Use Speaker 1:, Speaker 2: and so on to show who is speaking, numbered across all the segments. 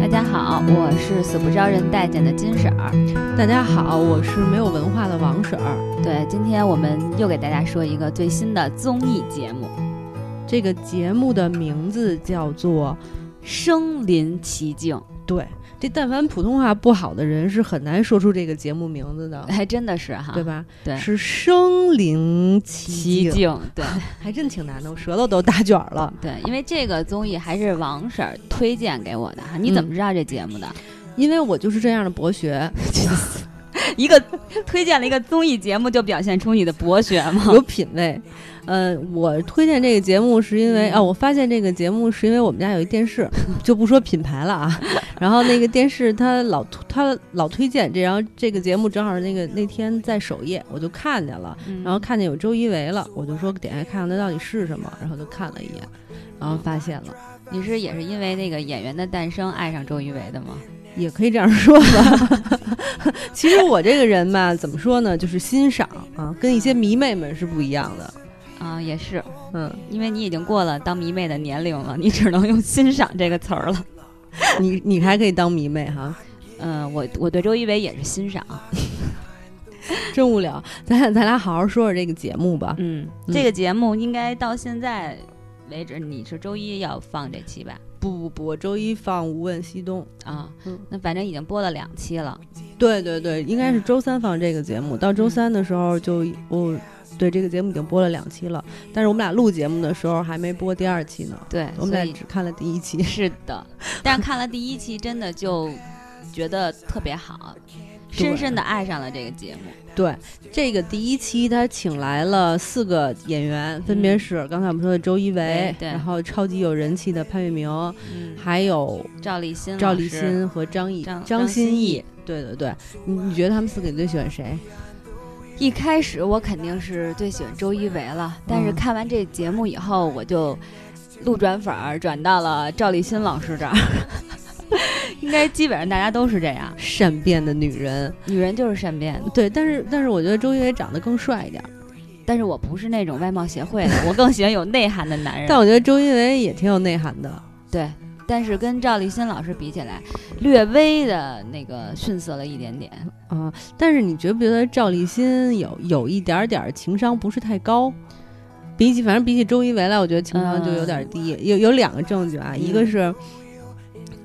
Speaker 1: 大家好，我是死不招人待见的金婶儿。
Speaker 2: 大家好，我是没有文化的王婶儿。
Speaker 1: 对，今天我们又给大家说一个最新的综艺节目
Speaker 2: 这个节目的名字叫做
Speaker 1: 《身临其境》，
Speaker 2: “对”，这但凡普通话不好的人是很难说出这个节目名字的，
Speaker 1: 还真的是哈，
Speaker 2: 对吧？
Speaker 1: 哎对
Speaker 2: 是身临其
Speaker 1: 奇
Speaker 2: 境，
Speaker 1: 境，对
Speaker 2: 还真挺难的，我舌头都打卷儿了。
Speaker 1: 对，因为这个综艺还是王婶儿推荐给我的哈。你怎么知道这节目的？
Speaker 2: 因为我就是这样的博学，
Speaker 1: 一个推荐了一个综艺节目，就表现出你的博学吗？
Speaker 2: 有品位。呃，我推荐这个节目是因为啊，我发现这个节目是因为我们家有一电视，就不说品牌了啊。 然后那个电视它老推它老推荐这，然后这个节目正好那个那天在首页我就看见了，
Speaker 1: 嗯
Speaker 2: 然后看见有周一围了，我就说点开看看它到底是什么，然后就看了一眼，然后发现了，
Speaker 1: 你是也是因为那个演员的诞生爱上周一围的吗？
Speaker 2: 也可以这样说吧。 其实我这个人吧，怎么说呢，就是欣赏啊，跟一些迷妹们是不一样的，
Speaker 1: 啊、也是，
Speaker 2: 嗯。
Speaker 1: 因为你已经过了当迷妹的年龄了，你只能用欣赏这个词儿了。
Speaker 2: 你你还可以当迷妹哈，
Speaker 1: 嗯、我我对周一围也是欣赏。啊
Speaker 2: 真无聊。咱俩咱俩好好说说这个节目吧。
Speaker 1: 嗯，
Speaker 2: 嗯
Speaker 1: 这个节目应该到现在为止，你是周一要放这期吧？
Speaker 2: 不不不，我周一放《无问西东
Speaker 1: 啊、
Speaker 2: 嗯
Speaker 1: 那反正已经播了两期了。》。
Speaker 2: 对对对，应该是周三放这个节目。到周三的时候就我、对这个节目已经播了两期了，但是我们俩录节目的时候还没播第二期呢，
Speaker 1: 对，
Speaker 2: 我们
Speaker 1: 所
Speaker 2: 俩
Speaker 1: 以
Speaker 2: 只看了第一期。
Speaker 1: 是的，但是看了第一期，真的就觉得特别好，深深的爱上了这个节目。
Speaker 2: 对，这个第一期他请来了四个演员，分别是刚才我们说的周一围
Speaker 1: 对，对
Speaker 2: 然后超级有人气的潘粤明，
Speaker 1: 嗯，
Speaker 2: 还有
Speaker 1: 赵立新，
Speaker 2: 赵立，新和张译、
Speaker 1: 张
Speaker 2: 张
Speaker 1: 张歆
Speaker 2: 歆
Speaker 1: 艺
Speaker 2: 艺。对对对，你你觉得他们四个你最喜欢谁？
Speaker 1: 一开始我肯定是最喜欢周一围了，但是
Speaker 2: 嗯
Speaker 1: 看完这节目以后，我就路转粉儿转到了赵立新老师这儿。 应该基本上大家都是这样，
Speaker 2: 善变的女人。
Speaker 1: 女人就是善变。
Speaker 2: 对，但是但是我觉得周一围长得更帅一点儿，
Speaker 1: 但是我不是那种外貌协会的，我更喜欢有内涵的男人
Speaker 2: 但。我觉得周一围也挺有内涵的。
Speaker 1: 对，但是跟赵立新老师比起来，略微的那个逊色了一点点。
Speaker 2: 啊、但是你觉不觉得赵立新有有一点点儿情商不是太高？比起反正比起周一围来，我觉得情商就有点低。有有两个证据啊，一个
Speaker 1: 嗯
Speaker 2: 是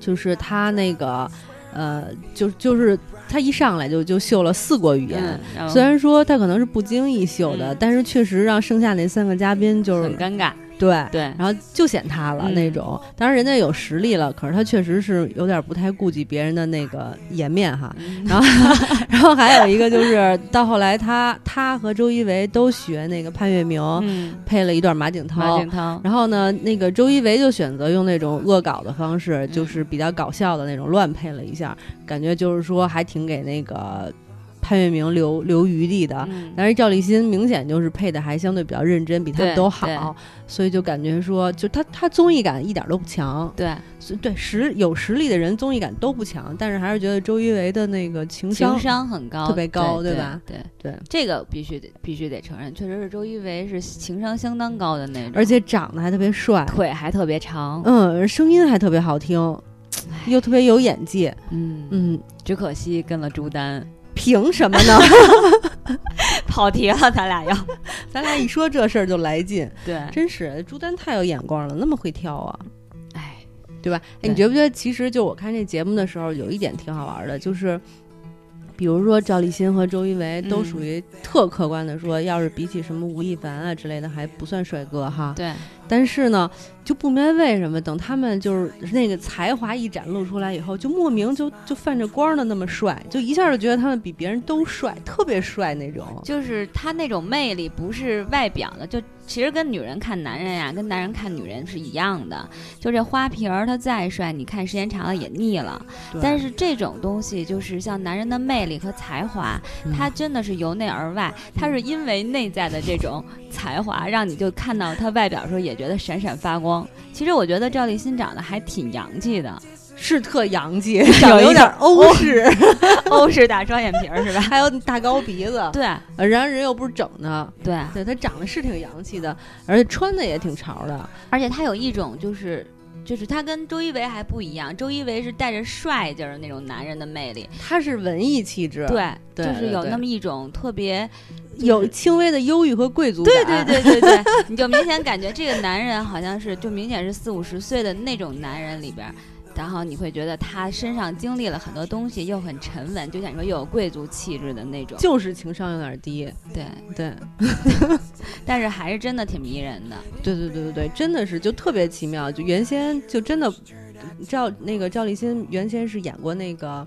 Speaker 2: 就是他那个呃，就就是他一上来就就秀了四国语言，
Speaker 1: 嗯，
Speaker 2: 虽然说他可能是不经意秀的，
Speaker 1: 嗯
Speaker 2: 但是确实让剩下那三个嘉宾就是
Speaker 1: 很尴尬，
Speaker 2: 对，
Speaker 1: 对，
Speaker 2: 然后就显他了、
Speaker 1: 嗯
Speaker 2: 那种。当然人家有实力了，可是他确实是有点不太顾及别人的那个颜面哈。
Speaker 1: 嗯
Speaker 2: 然后， 然后还有一个就是到后来他他和周一围都学那个潘粤明、
Speaker 1: 嗯，
Speaker 2: 配了一段马景
Speaker 1: 马
Speaker 2: 涛。
Speaker 1: 景涛，
Speaker 2: 然后呢，那个周一围就选择用那种恶搞的方式，
Speaker 1: 嗯
Speaker 2: 就是比较搞笑的那种乱配了一下，感觉就是说还挺给那个潘粤明留留余地的。
Speaker 1: 嗯
Speaker 2: 但是赵立新明显就是配的还相对比较认真，比他们
Speaker 1: 对
Speaker 2: 都
Speaker 1: 对
Speaker 2: 好，所以就感觉说，就他他综艺感一点都不强，
Speaker 1: 对，
Speaker 2: 所以对实有实力的人综艺感都不强，但是还是觉得周一围的那个情商，
Speaker 1: 情商很高，
Speaker 2: 特别高
Speaker 1: 对
Speaker 2: 对吧？
Speaker 1: 对
Speaker 2: 对，
Speaker 1: 这个必须得必须得承认，确实是周一围是情商相当高的那种，
Speaker 2: 而且长得还特别帅，
Speaker 1: 腿还特别长，哎
Speaker 2: 嗯，声音还特别好听，又特别有演技，
Speaker 1: 嗯嗯，
Speaker 2: 嗯，
Speaker 1: 只可惜跟了朱 丹，
Speaker 2: 凭什么呢？
Speaker 1: 跑题了，咱俩要
Speaker 2: 咱俩一说这事儿就来劲，
Speaker 1: 对，
Speaker 2: 真是朱丹太有眼光了，那么会挑啊。
Speaker 1: 哎，
Speaker 2: 对吧？哎，
Speaker 1: 对
Speaker 2: 你觉不觉得其实就我看这节目的时候，有一点挺好玩的，就是。比如说赵立新和周一围都
Speaker 1: 嗯
Speaker 2: 属于特客观的说，要是比起什么吴亦凡啊之类的，还不算帅哥哈。
Speaker 1: 对，
Speaker 2: 但是呢，就不明白为什么，等他们就是那个才华一展露出来以后，就莫名就就泛着光的那么帅，就一下就觉得他们比别人都帅，特别帅那种。
Speaker 1: 就是他那种魅力不是外表的，就其实跟女人看男人呀、跟男人看女人是一样的。就这花瓶儿，他再帅，你看时间长了也腻了。
Speaker 2: 对
Speaker 1: 但是这种东西就是像男人的魅力和才华，他
Speaker 2: 嗯
Speaker 1: 真的是由内而外，他是因为内在的这种才华，让你就看到他外表的时候也觉得闪闪发光。其实我觉得赵立新长得还挺洋气 的，
Speaker 2: 是特洋气，长得有
Speaker 1: 一
Speaker 2: 点
Speaker 1: 点哦
Speaker 2: 欧式，
Speaker 1: 欧式大双眼皮儿是吧？
Speaker 2: 还有大高鼻子，
Speaker 1: 对
Speaker 2: 呃然而人又不是整的。
Speaker 1: 对，
Speaker 2: 对，他长得是挺洋气的，而且穿的也挺潮的。
Speaker 1: 而且他有一种就是就是他跟周一围还不一样，周一围是带着帅劲儿的那种男人的魅力，
Speaker 2: 他是文艺气质，
Speaker 1: 对，
Speaker 2: 对
Speaker 1: 就是
Speaker 2: 对
Speaker 1: 有
Speaker 2: 对
Speaker 1: 那么一种特别，就是
Speaker 2: 有轻微的忧郁和贵族
Speaker 1: 对对
Speaker 2: 感
Speaker 1: 对对对，你就明显感觉这个男人好像是就明显是四五十岁的那种男人里边儿，然后你会觉得他身上经历了很多东西，又很沉稳，就像你说又有贵族气质的那种，
Speaker 2: 就是情商有点低，
Speaker 1: 对，
Speaker 2: 对
Speaker 1: 但是还是真的挺迷人的，
Speaker 2: 对对对对对，真的是就特别奇妙。就原先就真的赵那个赵立新原先是演过那个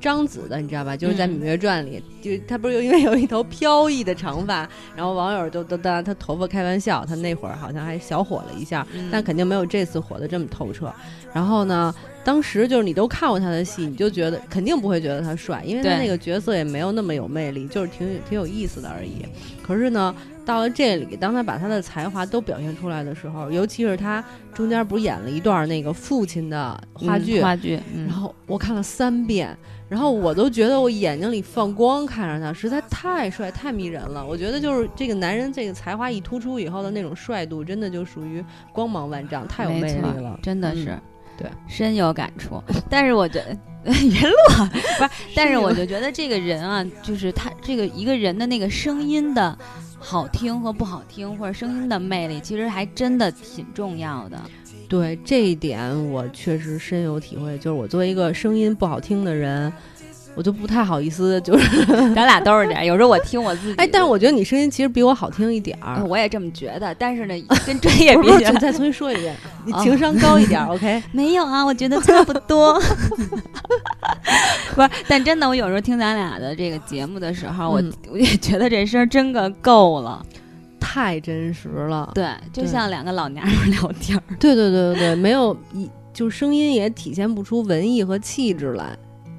Speaker 2: 张子的，你知道吧？就是在《
Speaker 1: 嗯
Speaker 2: 芈月传》里，就他不是有因为有一头飘逸的长发，然后网友就都当他头发开玩笑，他那会儿好像还小火了一下，
Speaker 1: 嗯
Speaker 2: 但肯定没有这次火的这么透彻。然后呢，当时就是你都看过他的戏，你就觉得肯定不会觉得他帅，因为他
Speaker 1: 对
Speaker 2: 那个角色也没有那么有魅力，就是挺挺有意思的而已。可是呢，到了这里，当他把他的才华都表现出来的时候，尤其是他中间不是演了一段那个父亲的话剧，
Speaker 1: 嗯话剧，嗯
Speaker 2: 然后我看了三遍，然后我都觉得我眼睛里放光，看着他实在太帅太迷人了。我觉得就是这个男人这个才华一突出以后的那种帅度，真的就属于光芒万丈，太有
Speaker 1: 没
Speaker 2: 魅力
Speaker 1: 错
Speaker 2: 了。
Speaker 1: 真的
Speaker 2: 嗯
Speaker 1: 是，
Speaker 2: 对，
Speaker 1: 深有感触。但是我觉得 别录啊，不是，但是我就觉得这个人啊，就是他这个一个人的那个声音的好听和不好听，或者声音的魅力，其实还真的挺重要的。
Speaker 2: 对这一点，我确实深有体会。就是我作为一个声音不好听的人，我就不太好意思，就是
Speaker 1: 咱俩都是这样，有时候我听我自己的，
Speaker 2: 哎，但是我觉得你声音其实比我好听一点
Speaker 1: 哎
Speaker 2: 儿。
Speaker 1: 我也这么觉得，但 是呢，跟专业
Speaker 2: 哦不
Speaker 1: 比
Speaker 2: 是，
Speaker 1: 起来
Speaker 2: 就再重新说一遍，啊 你
Speaker 1: 哦
Speaker 2: 情商高一 点儿，OK？
Speaker 1: 没有啊，我觉得差不多。 不是，但真的，我有时候听咱俩的这个节目的时候，
Speaker 2: 嗯
Speaker 1: 我我也觉得这声儿真的够了。
Speaker 2: 太真实了。
Speaker 1: 对，就
Speaker 2: 对
Speaker 1: 像两个老娘们儿聊天儿。
Speaker 2: 对对对对对，没有一就声音也体现不出文艺和气质来，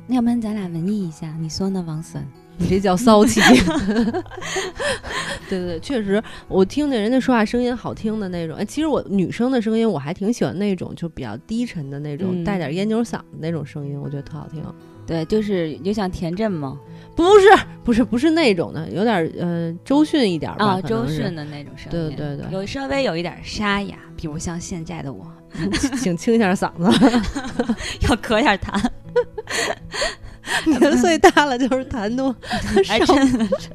Speaker 1: 那要不然咱俩文艺一下，你说呢，王森？
Speaker 2: 你这叫骚气。 对对对，确实，我听见人家说话声音好听的那种，哎，其实我女生的声音我还挺喜欢那种，就比较低沉的那种，
Speaker 1: 嗯
Speaker 2: 带点烟酒嗓的那种声音，我觉得特好听。
Speaker 1: 对，就是有想田震吗？
Speaker 2: 不是不是不是那种的，有点呃周迅一点吧，
Speaker 1: 啊，
Speaker 2: 可
Speaker 1: 周
Speaker 2: 能
Speaker 1: 迅
Speaker 2: 是，
Speaker 1: 的那种声
Speaker 2: 对
Speaker 1: 音，
Speaker 2: 对对
Speaker 1: 有稍微有一点沙哑，比不像现在的我，
Speaker 2: 请清一下嗓子，
Speaker 1: 要咳一下痰，
Speaker 2: 年岁大了就是痰多，
Speaker 1: 还
Speaker 2: 上
Speaker 1: 真的是。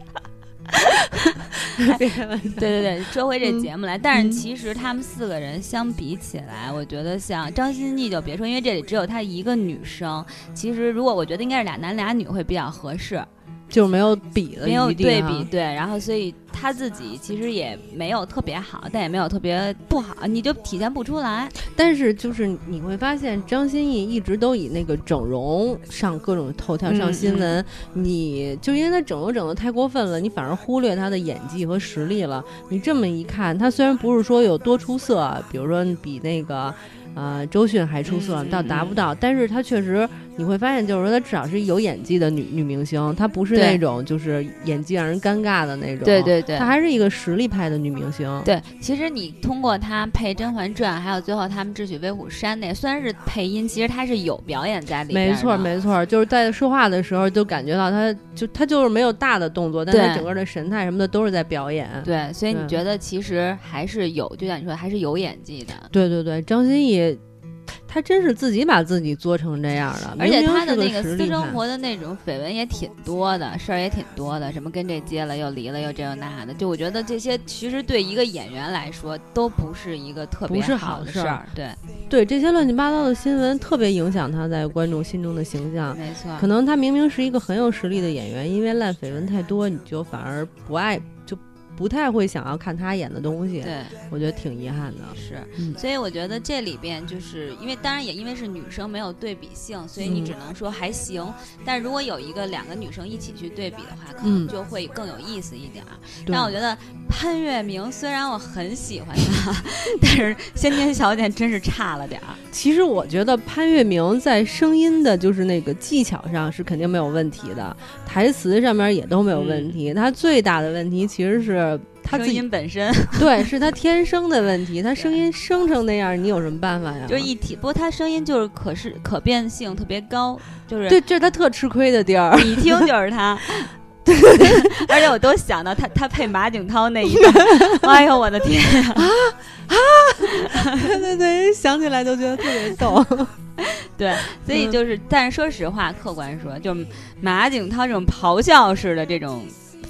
Speaker 2: 别开玩笑
Speaker 1: 对对对，说回这
Speaker 2: 嗯
Speaker 1: 节目来，但是
Speaker 2: 嗯
Speaker 1: 其实他们四个人相比起来，我觉得像张歆艺就别说，因为这里只有她一个女生。其实如果我觉得应该是俩男俩女会比较合适，
Speaker 2: 就是没有比的
Speaker 1: 没有
Speaker 2: 余地啊
Speaker 1: 对
Speaker 2: 哈
Speaker 1: 比，对，然后所以他自己其实也没有特别好，但也没有特别不好，你就体现不出来。
Speaker 2: 但是就是你会发现，张歆艺一直都以那个整容上各种头条、
Speaker 1: 嗯
Speaker 2: 上新闻，你就因为她整容整的太过分了，你反而忽略她的演技和实力了。你这么一看，她虽然不是说有多出色，比如说比那个。呃，周迅还出色
Speaker 1: 嗯嗯，
Speaker 2: 到达不到，但是她确实你会发现，就是说她至少是有演技的女女明星，她不是
Speaker 1: 对
Speaker 2: 那种就是演技让人尴尬的那种，
Speaker 1: 对
Speaker 2: 她还是一个实力派的女明星，
Speaker 1: 对，其实你通过他配《甄嬛传》，还有最后他们智取威虎山那，虽然是配音，其实他是有表演在里边
Speaker 2: 没
Speaker 1: 的。
Speaker 2: 错，没错，就是在说话的时候就感觉到他就他就是没有大的动作，但
Speaker 1: 对
Speaker 2: 他整个的神态什么的都是在表演。
Speaker 1: 对，所以你
Speaker 2: 对
Speaker 1: 觉得其实还是有，就像你说，还是有演技的。
Speaker 2: 对对对张歆艺，他真是自己把自己做成这样的，
Speaker 1: 而且
Speaker 2: 明明
Speaker 1: 他
Speaker 2: 是
Speaker 1: 的那
Speaker 2: 个实
Speaker 1: 私
Speaker 2: 力
Speaker 1: 生
Speaker 2: 派
Speaker 1: 活的那种绯闻也挺多的，事儿也挺多的，什么跟这结了又离了又这又那的，就我觉得这些其实对一个演员来说都不是一个特别
Speaker 2: 不是好
Speaker 1: 的
Speaker 2: 事儿
Speaker 1: 儿，对，
Speaker 2: 对这些乱七八糟的新闻特别影响他在观众心中的形象。
Speaker 1: 没错，
Speaker 2: 嗯可能他明明是一个很有实力的演员，因为烂绯闻太多，你就反而不爱，就不太会想要看他演的东西。
Speaker 1: 对
Speaker 2: 我觉得挺遗憾的。
Speaker 1: 是。
Speaker 2: 嗯
Speaker 1: 所以我觉得这里边就是因为，当然也因为是女生没有对比性，所以你
Speaker 2: 嗯
Speaker 1: 只能说还行。但如果有一个两个女生一起去对比的话，可能
Speaker 2: 嗯
Speaker 1: 就会更有意思一点儿。
Speaker 2: 对
Speaker 1: 但我觉得潘粤明虽然我很喜欢他， 但是先天条件真是差了点儿。
Speaker 2: 其实我觉得潘粤明在声音的，就是那个技巧上是肯定没有问题的，台词上面也都没有问题。他最大的问题其实是
Speaker 1: 嗯声
Speaker 2: 他自己，嗯
Speaker 1: 音本身
Speaker 2: 对，是他天生的问 题。他声音生成那样，你有什么办法呀？
Speaker 1: 就一体，不过他声音就是可是可变性特别高，就是
Speaker 2: 对，这是他特吃亏的地儿。
Speaker 1: 你一听就是他。而且我都想到他他配马景涛那一 段，哎呦我的天呀、
Speaker 2: 对对对，想起来就觉得特别逗。
Speaker 1: 对，所
Speaker 2: 嗯
Speaker 1: 以就是，但是说实话，客观说，就是马景涛这种咆哮式的这种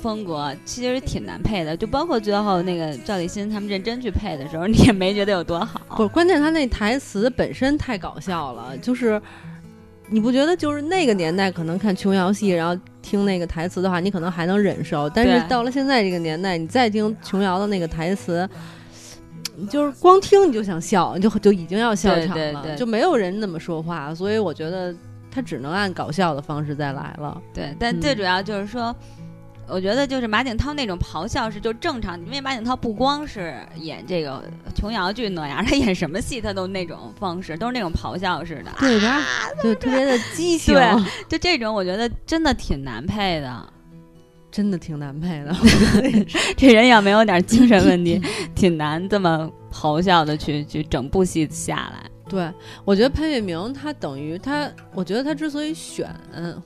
Speaker 1: 风格，其实挺难配的。就包括最后那个赵立新他们认真去配的时候，你也没觉得有多
Speaker 2: 不
Speaker 1: 好。
Speaker 2: 是，关键他那台词本身太搞笑了，
Speaker 1: 嗯
Speaker 2: 就是你不觉得就是那个年代可能看琼瑶戏，然后听那个台词的话，你可能还能忍受，但是
Speaker 1: 对
Speaker 2: 到了现在这个年代，你再听琼瑶的那个台词。就是光听你就想笑，你就就已经要笑
Speaker 1: 对
Speaker 2: 场
Speaker 1: 对
Speaker 2: 了，
Speaker 1: 对
Speaker 2: 就没有人那么说话，所以我觉得他只能按搞笑的方式再来了。
Speaker 1: 对，但
Speaker 2: 嗯
Speaker 1: 最主要就是说。我觉得就是马景涛那种咆哮是就正常，因为马景涛不光是演这个琼瑶剧那 样，他演什么戏他都那种方式，都是那种咆哮式的。
Speaker 2: 对，他对特别的激情，
Speaker 1: 对就这种，我觉得真的挺难配的。
Speaker 2: 真的挺难配的。
Speaker 1: 这人要没有点精神问题， 挺难这么咆哮的去去整部戏下来。
Speaker 2: 对，我觉得潘粤明他等于他，我觉得他之所以选，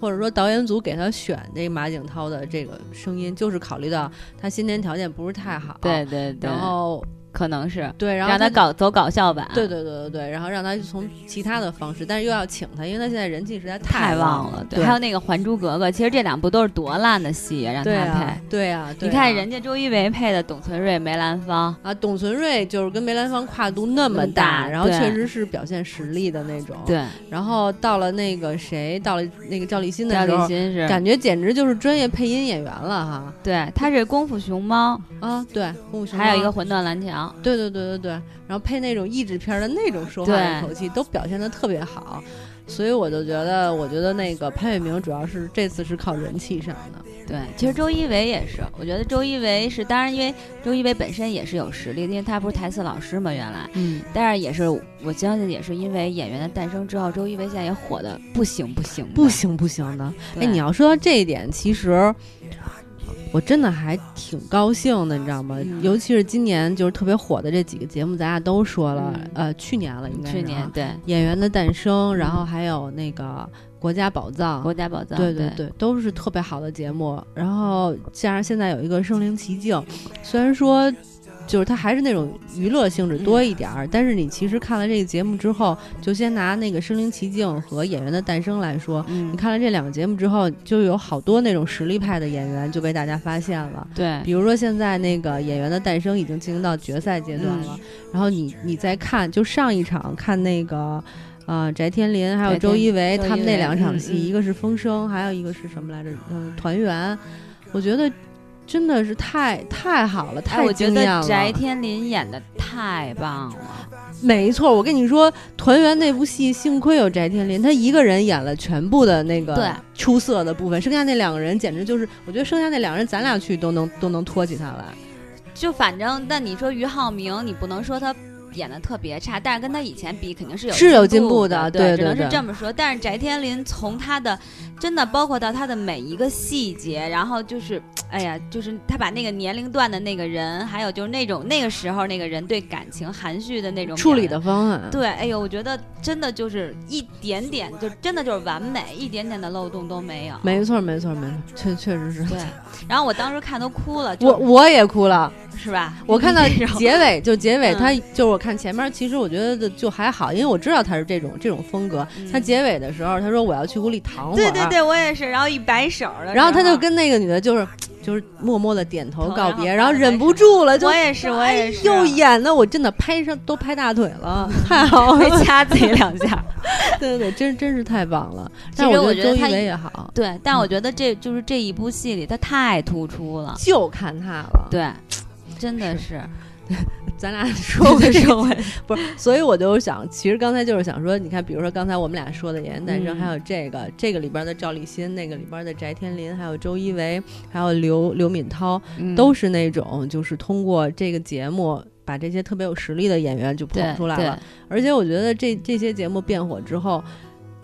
Speaker 2: 或者说导演组给他选这个马景涛的这个声音，就是考虑到他先天条件不是太好，
Speaker 1: 对，对对，
Speaker 2: 然后
Speaker 1: 可能是
Speaker 2: 对，然后
Speaker 1: 让他
Speaker 2: 就，
Speaker 1: 搞走搞笑版，
Speaker 2: 对，对对对对，然后让他从其他的方式，但是又要请他，因为他现在人气实在
Speaker 1: 太
Speaker 2: 旺
Speaker 1: 旺了。
Speaker 2: 对，
Speaker 1: 还有那个《还珠格格》，其实这两部都是多烂的戏啊，让
Speaker 2: 对
Speaker 1: 他
Speaker 2: 啊
Speaker 1: 配。，
Speaker 2: 对啊，对
Speaker 1: 你看
Speaker 2: 啊
Speaker 1: 人家周一围配的董存瑞、梅兰芳，
Speaker 2: 啊，董存瑞就是跟梅兰芳跨度那么
Speaker 1: 那么大
Speaker 2: 大，然后
Speaker 1: 对
Speaker 2: 确实是表现实力的那种，，
Speaker 1: 对，
Speaker 2: 然后到了那个谁，到了那个赵立新的
Speaker 1: 赵
Speaker 2: 时
Speaker 1: 立。
Speaker 2: 候
Speaker 1: 新是，
Speaker 2: 感觉简直就是专业配音演员了
Speaker 1: 对，他是《功夫熊猫
Speaker 2: 哈啊！对，功夫》，熊猫
Speaker 1: 还有一个《魂断蓝桥
Speaker 2: 对对对对对，然后配那种译制片的那种说话的
Speaker 1: 对
Speaker 2: 口气，都表现的特别好，所以我就觉得，我觉得那个潘粤明主要是这次是靠人气上的，》。
Speaker 1: 对，其实周一围也是，我觉得周一围是，当然因为周一围本身也是有实力的，因为他不是台词老师嘛，原来。
Speaker 2: 嗯，
Speaker 1: 但是也是，我相信也是因为演员的诞生之后，周一围现在也火的不行不行的
Speaker 2: 不。行不行的。
Speaker 1: 对
Speaker 2: 哎，你要说到这一点，其实我真的还挺高兴的，你知道吗？
Speaker 1: 嗯
Speaker 2: 尤其是今年就是特别火的这几个节目，咱俩都说了，
Speaker 1: 嗯
Speaker 2: 呃，去年了应该是
Speaker 1: 去
Speaker 2: 啊
Speaker 1: 年对
Speaker 2: 演员的诞生，然后还有那个国家宝藏。
Speaker 1: 《国家宝藏》
Speaker 2: 哦对
Speaker 1: 啊对
Speaker 2: 对，对，都是特别好的节目。然后加上现在有一个《身临其境》，虽然说就是它还是那种娱乐性质多一点儿，但是你其实看了这个节目之后，就先拿那个《身临其境》和《演员的诞生》来说，你
Speaker 1: 嗯，
Speaker 2: 看了这两个节目之后，就有好多那种实力派的演员就被大家发现了。
Speaker 1: 对
Speaker 2: 比如说现在那个演员的诞生已经进行到决赛阶段
Speaker 1: 嗯
Speaker 2: 了，然后你你再看，就上一场看那个。呃，翟天临还有
Speaker 1: 翟天
Speaker 2: 周一围
Speaker 1: 周一围
Speaker 2: 他们那两场
Speaker 1: 嗯嗯
Speaker 2: 戏，一个是《风声》，还有一个是什么来着？嗯、团圆。我觉得真的是太太好了，
Speaker 1: 哎，
Speaker 2: 太
Speaker 1: 我觉
Speaker 2: 惊
Speaker 1: 得
Speaker 2: 艳了。
Speaker 1: 翟天临演的太棒了，
Speaker 2: 没错，我跟你说，团圆那部戏幸亏有翟天临，他一个人演了全部的那
Speaker 1: 对
Speaker 2: 个出色的部分，剩下那两个人简直就是，我觉得剩下那两个人咱俩去都能都能托起他来。
Speaker 1: 就反正那你说于浩明，你不能说他。演的特别差，但是跟他以前比肯定是有
Speaker 2: 是有进步
Speaker 1: 步
Speaker 2: 的
Speaker 1: 的，
Speaker 2: 对
Speaker 1: 只能
Speaker 2: 对
Speaker 1: 是
Speaker 2: 对
Speaker 1: 这么说。但是翟天临从他的真的包括到他的每一个细节，然后就是哎呀，就是他把那个年龄段的那个人，还有就是那种那个时候那个人对感情含蓄的那种
Speaker 2: 处
Speaker 1: 表
Speaker 2: 理
Speaker 1: 达
Speaker 2: 的方案，
Speaker 1: 对，哎呦，我觉得真的就是一点点，就真的就是完美，一点点的漏洞都没有。
Speaker 2: 没错，没错，没错，确确实是。
Speaker 1: 对，然后我当时看都哭了，就
Speaker 2: 我我也哭了，
Speaker 1: 是吧？
Speaker 2: 我看到
Speaker 1: 那种
Speaker 2: 结尾就结尾，
Speaker 1: 嗯
Speaker 2: 他就是我看前面，其实我觉得就还好，因为我知道他是这种这种风格。
Speaker 1: 嗯
Speaker 2: 他结尾的时候，他说我要去屋里躺会
Speaker 1: 对
Speaker 2: 儿，啊
Speaker 1: 对对，我也是。然后一摆手的时候，
Speaker 2: 然后他就跟那个女的，就是就是默默的点头
Speaker 1: 头
Speaker 2: 告别，然
Speaker 1: 然
Speaker 2: 后
Speaker 1: 后
Speaker 2: 忍不住了，就
Speaker 1: 我也是，我也是，
Speaker 2: 又演的我真的拍上都拍大腿 了，太好
Speaker 1: 回
Speaker 2: 了，
Speaker 1: 掐自己两下。
Speaker 2: 对对对，真真是太棒了。
Speaker 1: 其
Speaker 2: 但
Speaker 1: 实
Speaker 2: 我
Speaker 1: 我
Speaker 2: 觉
Speaker 1: 觉
Speaker 2: 得
Speaker 1: 得
Speaker 2: 周一
Speaker 1: 他
Speaker 2: 围也好，
Speaker 1: 对，但我觉得这就是这一部戏里他太突出了，
Speaker 2: 就看他了。，
Speaker 1: 对，真的是。
Speaker 2: 咱俩说回
Speaker 1: 是
Speaker 2: 说
Speaker 1: 我
Speaker 2: 回，不是，所以我就想，其实刚才就是想说，你看，比如说刚才我们俩说的演员诞生，
Speaker 1: 嗯
Speaker 2: 还有这个这个里边的赵立新，那个里边的翟天临，还有周一围，还有刘刘敏涛，
Speaker 1: 嗯
Speaker 2: 都是那种就是通过这个节目。把这些特别有实力的演员就
Speaker 1: 对
Speaker 2: 捧出来
Speaker 1: 对
Speaker 2: 了，而且我觉得这这些节目变火之后，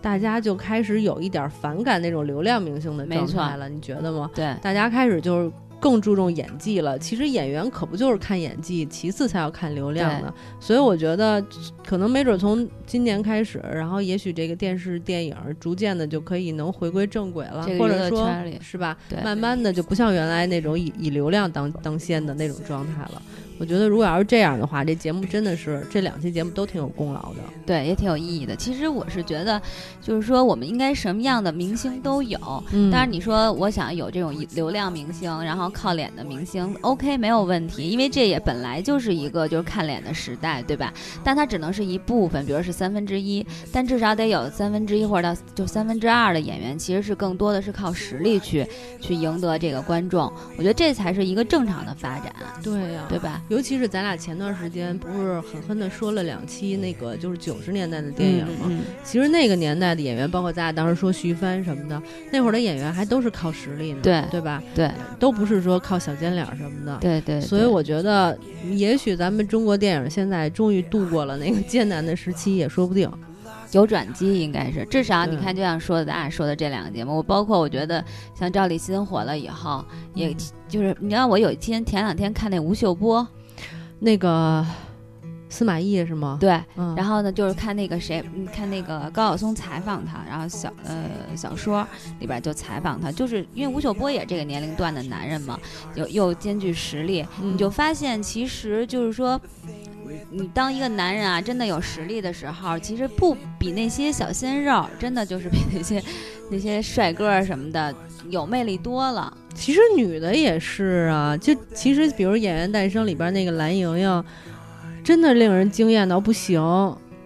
Speaker 2: 大家就开始有一点反感那种流量明星的
Speaker 1: 没
Speaker 2: 状
Speaker 1: 错
Speaker 2: 态了，你觉得吗？
Speaker 1: 对
Speaker 2: 大家开始就是更注重演技了。其实演员可不就是看演技，其次才要看流量的。所以我觉得，可能没准从今年开始，然后也许这个电视电影逐渐的就可以能回归正轨了，
Speaker 1: 这个
Speaker 2: 或
Speaker 1: 娱
Speaker 2: 者
Speaker 1: 乐
Speaker 2: 说
Speaker 1: 圈里
Speaker 2: 是吧
Speaker 1: 对？
Speaker 2: 慢慢的就不像原来那种以以流量当当先的那种状态了。我觉得如果要是这样的话，这节目真的是这两期节目都挺有功劳的。
Speaker 1: 对，也挺有意义的。其实我是觉得，就是说我们应该什么样的明星都有。
Speaker 2: 嗯
Speaker 1: 当然，你说我想有这种流量明星，然后靠脸的明星，OK 没有问题，因为这也本来就是一个就是看脸的时代，对吧？但它只能是一部分，比如是三分之一，但至少得有三分之一或者到就三分之二的演员，其实是更多的是靠实力去去赢得这个观众。我觉得这才是一个正常的发展，啊
Speaker 2: 对呀、
Speaker 1: 对吧？
Speaker 2: 尤其是咱俩前段时间不是狠狠的说了两期那个就是九十年代的电影吗？
Speaker 1: 嗯
Speaker 2: 其实那个年代的演员，包括咱俩当时说徐帆什么的，那会儿的演员还都是靠实力呢，
Speaker 1: 对
Speaker 2: 对吧？
Speaker 1: 对
Speaker 2: 都不是说靠小尖脸儿什么的。
Speaker 1: 对对，
Speaker 2: 所以
Speaker 1: 对
Speaker 2: 我觉得，也许咱们中国电影现在终于度过了那个艰难的时期，也说不定。
Speaker 1: 嗯有转机，应该是至少你
Speaker 2: 对
Speaker 1: 看，就像说的，咱俩说的这两个节目，我包括我觉得像赵立新火了以后，也就是你知道，我有一天前两天看那吴秀波，
Speaker 2: 嗯那个司马懿是吗？，
Speaker 1: 对，
Speaker 2: 嗯，
Speaker 1: 然后呢就是看那个谁，嗯看那个高晓松采访他，然后小呃小说里边就采访他，就是因为吴秀波也这个年龄段的男人嘛，又又兼具实力，
Speaker 2: 嗯
Speaker 1: 你就发现其实就是说。你当一个男人啊，真的有实力的时候，其实不比那些小鲜肉，真的就是比那些那些帅哥儿什么的有魅力多了。
Speaker 2: 其实女的也是啊，就其实比如《演员诞生》里边那个蓝盈莹，真的令人惊艳到不行。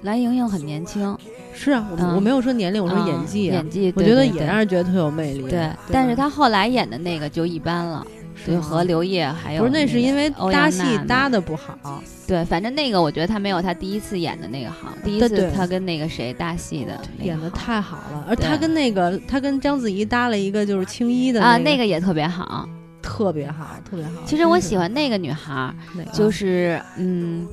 Speaker 1: 蓝盈莹很年轻，
Speaker 2: 是啊，我、
Speaker 1: 嗯
Speaker 2: 我没有说年龄，我
Speaker 1: 我
Speaker 2: 说演技、啊
Speaker 1: 演技，
Speaker 2: 我
Speaker 1: 对
Speaker 2: 觉得
Speaker 1: 对
Speaker 2: 也
Speaker 1: 对
Speaker 2: 让人觉得特有魅力。
Speaker 1: 对
Speaker 2: 吧
Speaker 1: 但是她后来演的那个就一般了，对，
Speaker 2: 吗
Speaker 1: 和刘烨还有
Speaker 2: 不是那是因
Speaker 1: 为
Speaker 2: 为
Speaker 1: 欧
Speaker 2: 搭
Speaker 1: 阳
Speaker 2: 戏
Speaker 1: 娜娜
Speaker 2: 搭的不好，
Speaker 1: 对，反正那个我觉得她没有她第一次演的那个好，第一
Speaker 2: 对
Speaker 1: 次
Speaker 2: 对
Speaker 1: 她跟那个谁搭戏的那个
Speaker 2: 演的
Speaker 1: 好
Speaker 2: 太好了。而
Speaker 1: 对
Speaker 2: 她跟那个她跟章子怡搭了一个就是青衣的
Speaker 1: 啊，
Speaker 2: 那嗯
Speaker 1: 那个也特别好。
Speaker 2: 特别好，特别好。
Speaker 1: 其实我喜欢那个女孩儿，
Speaker 2: 哪个
Speaker 1: 就是嗯，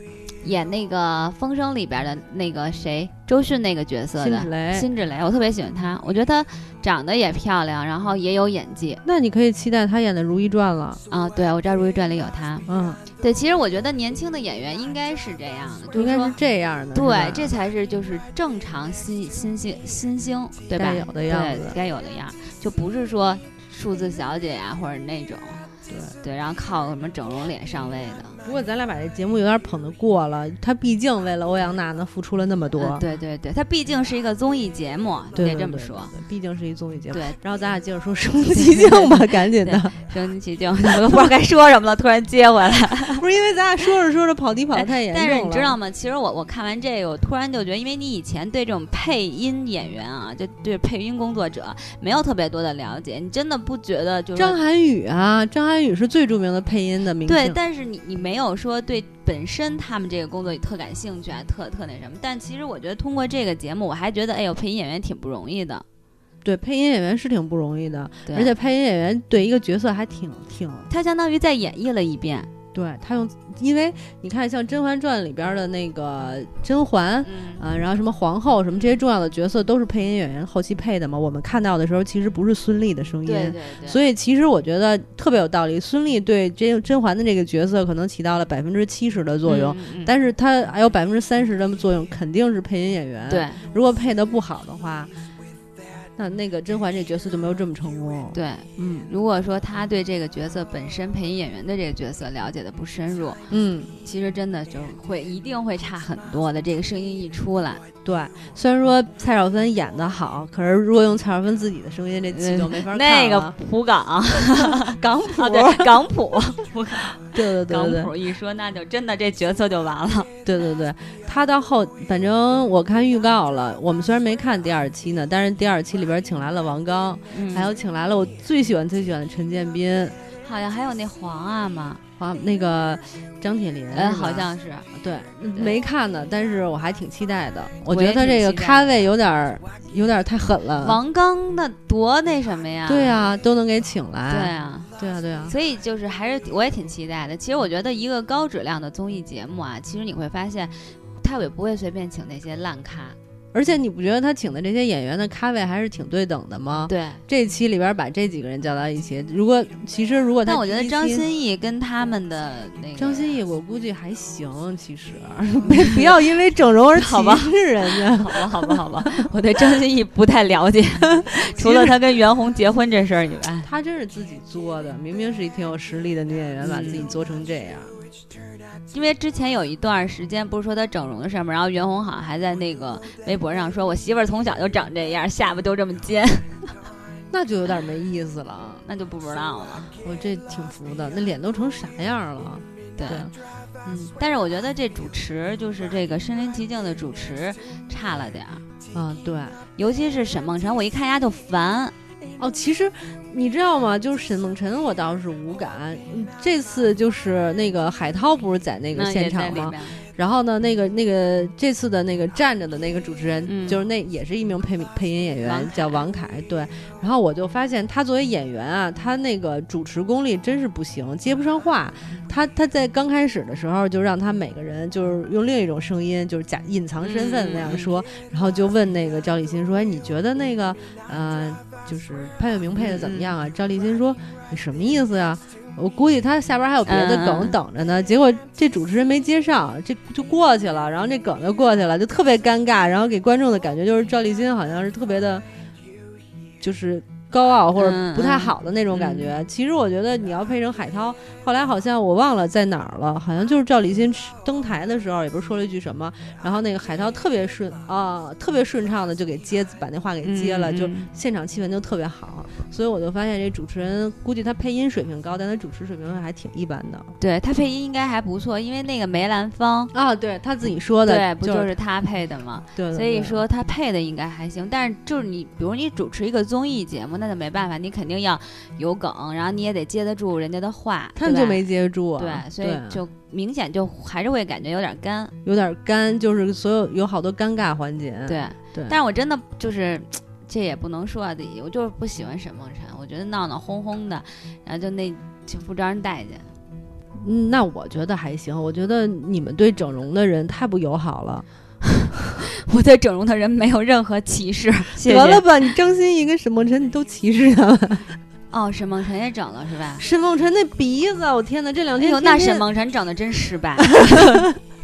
Speaker 1: 演那个《风声》里边的那个谁，周迅那个角色
Speaker 2: 辛芷
Speaker 1: 的
Speaker 2: 蕾。
Speaker 1: 辛芷蕾，我特别喜欢她，我觉得她长得也漂亮，然后也有演技
Speaker 2: 那你可以期待她演的《如懿传》了。
Speaker 1: 啊。对，我知道《如懿传》里有她。
Speaker 2: 嗯，
Speaker 1: 对，其实我觉得年轻的演员应该是这样的，就
Speaker 2: 应
Speaker 1: 是
Speaker 2: 该
Speaker 1: 说
Speaker 2: 是这样的。
Speaker 1: 对，
Speaker 2: 是
Speaker 1: 这
Speaker 2: 吧
Speaker 1: 才是就是正常新新星新星对吧
Speaker 2: 该？有的样
Speaker 1: 对
Speaker 2: 子，。
Speaker 1: 该有的样儿，就不是说数字小姐呀、或者那种，
Speaker 2: 对。
Speaker 1: 对，然后靠什么整容脸上位的，
Speaker 2: 不过咱俩把这节目有点捧得过了，她毕竟为了欧阳娜娜付出了那么多。
Speaker 1: 嗯对对对，它毕竟是一个综艺节目，
Speaker 2: 对对
Speaker 1: 得这么
Speaker 2: 对
Speaker 1: 说，
Speaker 2: 对毕竟是一综艺节目。
Speaker 1: 对，
Speaker 2: 然后咱俩接着说《升级镜》吧，赶紧的，
Speaker 1: 身临其境，我都不知道该说什么了，突然接回来。
Speaker 2: 不是因为咱俩说着说着跑题跑得太严重
Speaker 1: 哎但
Speaker 2: 了。
Speaker 1: 是你知道吗？其实我我看完这个，我突然就觉得，因为你以前对这种配音演员啊，就对配音工作者没有特别多的了解，你真的不觉得就是
Speaker 2: 张涵予啊，张涵予是最著名的配音的明星。
Speaker 1: 对，但是你你没有说对本身他们这个工作特感兴趣啊，特特那什么。但其实我觉得通过这个节目，我还觉得，哎呦，配音演员挺不容易的。
Speaker 2: 对配音演员是挺不容易的，
Speaker 1: 对
Speaker 2: 而且配音演员对一个角色还挺挺，
Speaker 1: 他相当于再演绎了一遍。
Speaker 2: 对他用，因为你看像《甄嬛传》里边的那个甄嬛。
Speaker 1: 嗯
Speaker 2: 啊，然后什么皇后什么这些重要的角色都是配音演员后期配的嘛。我们看到的时候其实不是孙俪的声音，
Speaker 1: 对对对。嗯
Speaker 2: 所以其实我觉得特别有道理。孙俪对甄甄嬛的这个角色可能起到了百分之七十的作用，
Speaker 1: 嗯，嗯嗯
Speaker 2: 但是她还有百分之三十的作用肯定是配音演员。
Speaker 1: 对
Speaker 2: 如果配的不好的话，那那个甄嬛这角色就没有这么成功。，
Speaker 1: 对，
Speaker 2: 嗯
Speaker 1: 如果说他对这个角色本身配音演员的这个角色了解的不深入，
Speaker 2: 嗯，
Speaker 1: 其实真的就会一定会差很多的。这个声音一出来，
Speaker 2: 对。虽然说蔡少芬演的好，可是如果用蔡少芬自己的声音，这剧就没法看
Speaker 1: 那个
Speaker 2: 了
Speaker 1: 普港
Speaker 2: 港普，
Speaker 1: 啊，对港普，普港
Speaker 2: 对对对
Speaker 1: 港
Speaker 2: 对
Speaker 1: 普一说，那就真的这角色就完了。
Speaker 2: 对对对，他到后，反正我看预告了。我们虽然没看第二期呢，但是第二期里边请来了王刚，
Speaker 1: 嗯
Speaker 2: 还有请来了我最喜欢最喜欢的陈建斌，
Speaker 1: 好像还有那皇阿玛，
Speaker 2: 啊，那个张铁林是吧，
Speaker 1: 嗯，好像是，
Speaker 2: 对，嗯没看呢，但是我还挺期待的。
Speaker 1: 我
Speaker 2: 我觉
Speaker 1: 也
Speaker 2: 得他
Speaker 1: 挺
Speaker 2: 这个
Speaker 1: 期待
Speaker 2: 咖位有点儿，有点儿太狠了。
Speaker 1: 王刚那多那什么呀？
Speaker 2: 对啊，都能给请
Speaker 1: 对
Speaker 2: 来。
Speaker 1: 啊，
Speaker 2: 对啊，对啊，
Speaker 1: 所以就是还是我也挺期待的。其实我觉得一个高质量的综艺节目啊，其实你会发现，他也不会随便请那些烂咖，
Speaker 2: 而且你不觉得他请的这些演员的咖位还是挺对等的吗？
Speaker 1: 对，
Speaker 2: 这期里边把这几个人叫到一起，如果其实如果他
Speaker 1: 但我觉
Speaker 2: 第
Speaker 1: 得
Speaker 2: 一
Speaker 1: 张
Speaker 2: 期
Speaker 1: 歆艺跟他们的那个
Speaker 2: 张歆艺，我估计还行，其实别不要因为整容而歧
Speaker 1: 好 吧
Speaker 2: 视人家。
Speaker 1: 好吧，好吧，好吧，我对张歆艺不太了解， 除了她跟袁弘结婚这事儿以外，
Speaker 2: 她真是自己作的，明明是一挺有实力的女演员，把自己
Speaker 1: 嗯
Speaker 2: 作成这样。
Speaker 1: 因为之前有一段时间不是说她整容的事儿嘛，然后袁弘好像还在那个微博上说，我媳妇儿从小就长这样，下巴就这么尖，
Speaker 2: 那就有点没意思了，
Speaker 1: 那就不知道了。
Speaker 2: 我这挺服的，那脸都成啥样了？
Speaker 1: 对，
Speaker 2: 对
Speaker 1: 嗯，但是我觉得这主持就是这个身临其境的主持差了点儿，
Speaker 2: 啊，对，
Speaker 1: 尤其是沈梦辰，我一看丫就烦，
Speaker 2: 哦，其实你知道吗？就是沈梦辰，我倒是无感。嗯这次就是那个海涛不是在那个
Speaker 1: 那
Speaker 2: 现
Speaker 1: 也在
Speaker 2: 场
Speaker 1: 里
Speaker 2: 吗？
Speaker 1: 边儿。
Speaker 2: 然后呢，那个那个这次的那个站着的那个主持人，
Speaker 1: 嗯
Speaker 2: 就是那也是一名配配音演员，
Speaker 1: 王凯
Speaker 2: 叫王凯。对，然后我就发现他作为演员啊，他那个主持功力真是不行，接不上话。他他在刚开始的时候就让他每个人就是用另一种声音，就是假隐藏身份那样说，
Speaker 1: 嗯
Speaker 2: 然后就问那个赵立新说：“哎，你觉得那个呃，就是潘粤明配的怎么样啊？”赵立新说：“你什么意思呀、啊我估计他下边还有别的
Speaker 1: 嗯嗯
Speaker 2: 梗
Speaker 1: 嗯
Speaker 2: 等着呢，结果这主持人没接上，这就过去了，然后这梗就过去了，就特别尴尬，然后给观众的感觉就是赵立新好像是特别的，就是高傲或者
Speaker 1: 嗯
Speaker 2: 不太好的那种感觉。其实我觉得你要配成海涛，后来好像我忘了在哪儿了，好像就是赵立新登台的时候，也不是说了一句什么，然后那个海涛特别顺啊、特别顺畅的就给接把那话给接了，
Speaker 1: 嗯
Speaker 2: 就
Speaker 1: 嗯
Speaker 2: 现场气氛就特别好，所以我就发现这主持人估计他配音水平高，但他主持水平还挺一般的。
Speaker 1: 对她配音应该还不错，因为那个梅兰芳。
Speaker 2: 啊，对他自己说的，
Speaker 1: 对，不
Speaker 2: 就
Speaker 1: 就是她配的吗？
Speaker 2: 对，对
Speaker 1: 所以
Speaker 2: 对
Speaker 1: 说他配的应该还行，但是就是你，比如你主持一个综艺节目，那就没办法，你肯定要有梗，然后你也得接得住人家的话，
Speaker 2: 他们
Speaker 1: 对
Speaker 2: 就
Speaker 1: 吧
Speaker 2: 没接住、啊，
Speaker 1: 对，所以就明显就还是会感觉有点干，
Speaker 2: 有点干，就是所有有好多尴尬环节。
Speaker 1: 对
Speaker 2: 对
Speaker 1: 但是我真的就是。这也不能说啊，自己我就是不喜欢沈梦辰，我觉得闹闹哄哄的，然后就那就不招人待见。
Speaker 2: 嗯，那我觉得还行，我觉得你们对整容的人太不友好了。
Speaker 1: 我对整容的人没有任何歧 视，谢
Speaker 2: 得了
Speaker 1: 谢。
Speaker 2: 吧，你张歆艺跟沈梦辰你都歧视他 们。
Speaker 1: 哦，沈梦辰也整了是吧？
Speaker 2: 沈梦辰那鼻子，我天哪，这两
Speaker 1: 哎
Speaker 2: 天
Speaker 1: 呦，
Speaker 2: 天
Speaker 1: 那
Speaker 2: 天
Speaker 1: 沈梦辰整的真失 败。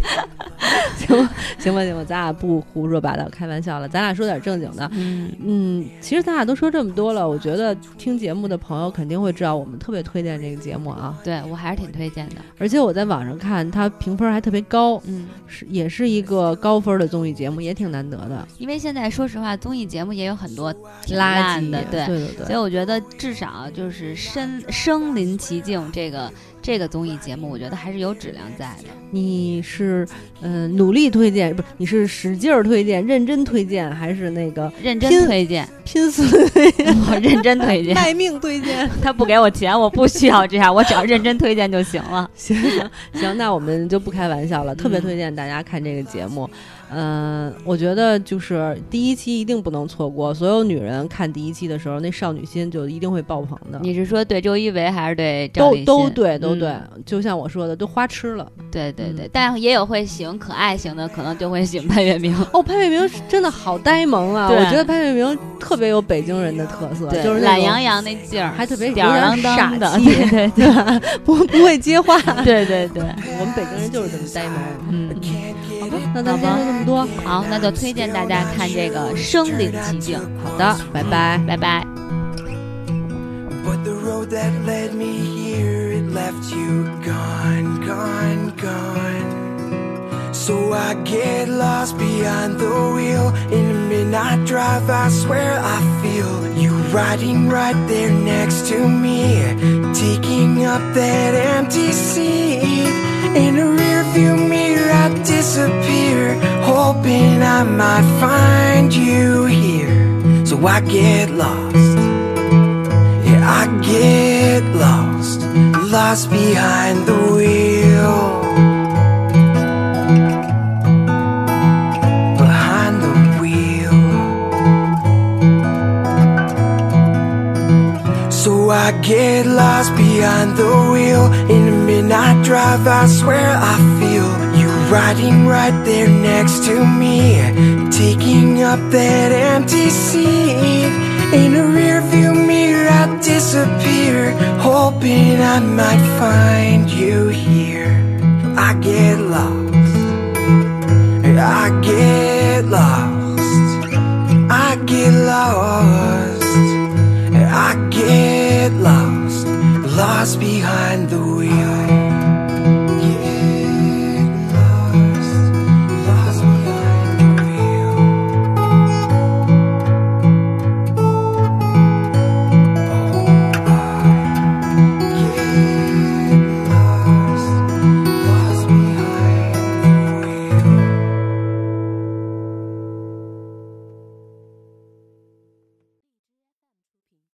Speaker 2: 行吧，行吧，行吧，咱俩不胡说八道，开玩笑了，咱俩说点正经的。
Speaker 1: 嗯，
Speaker 2: 嗯，其实咱俩都说这么多了，我觉得听节目的朋友肯定会知道，我们特别推荐这个节目啊。
Speaker 1: 对我还是挺推荐的。
Speaker 2: 而且我在网上看，它评分还特别高，
Speaker 1: 嗯，
Speaker 2: 是也是一个高分的综艺节目，也挺难得的。
Speaker 1: 因为现在说实话，综艺节目也有很多挺烂的，
Speaker 2: 对
Speaker 1: 对。
Speaker 2: 对对
Speaker 1: 所以我觉得至少就是身身临其境这个这个综艺节目，我觉得还是有质量在的。
Speaker 2: 你是嗯、呃努力推荐，不是你是使劲儿推荐、认真推荐，还是那个
Speaker 1: 认真
Speaker 2: 拼
Speaker 1: 推荐，
Speaker 2: 拼死
Speaker 1: 我认真推荐。
Speaker 2: 卖命推荐？
Speaker 1: 他不给我钱，我不需要这样，我只要认真推荐就行 了。
Speaker 2: 行行行，那我们就不开玩笑了，特别
Speaker 1: 嗯
Speaker 2: 推荐大家看这个节目。嗯、我觉得就是第一期一定不能错过，所有女人看第一期的时候，那少女心就一定会爆棚的。
Speaker 1: 你是说对周一围还是对赵
Speaker 2: 都
Speaker 1: 立
Speaker 2: 都
Speaker 1: 新
Speaker 2: 对，都
Speaker 1: 嗯
Speaker 2: 对，就像我说的，都花痴了。
Speaker 1: 对对对
Speaker 2: 嗯，
Speaker 1: 但也有会喜欢可爱型的，可能就会喜欢潘 粤明。
Speaker 2: 哦，潘粤明是真的好呆萌啊！
Speaker 1: 对
Speaker 2: 我觉得潘粤明特别有北京人的特色，
Speaker 1: 对，
Speaker 2: 就是那
Speaker 1: 懒
Speaker 2: 种
Speaker 1: 洋洋那劲儿，
Speaker 2: 还特别有
Speaker 1: 吊儿郎
Speaker 2: 点傻
Speaker 1: 当的，
Speaker 2: 气，
Speaker 1: 对对对
Speaker 2: 不不会接话。
Speaker 1: 对对对，
Speaker 2: 我们北京人就是这么呆萌。
Speaker 1: 嗯。
Speaker 2: 好吧，那咱们今天就这么多。
Speaker 1: 好，那就推荐大家看这个《身临其境》。
Speaker 2: 好的，拜拜。
Speaker 1: 拜拜。
Speaker 3: But the road that led me here, it left you gone, gone, gone. So I get lost behind the wheel. In a midnight drive, I swear I feel you riding right there next to me, taking up that empty seat. In a rearview mirror, I disappear, hoping I might find you here. So I get lost. Yeah, I get lost, lost behind the wheel. Behind the wheel. So I get lost behind the wheel. In a midnight drive, I swear I feel you riding right there next to me, taking up that empty seat. In a rearview mirror, I disappear, hoping I might find you here. I get lost. I get lost. I get lost.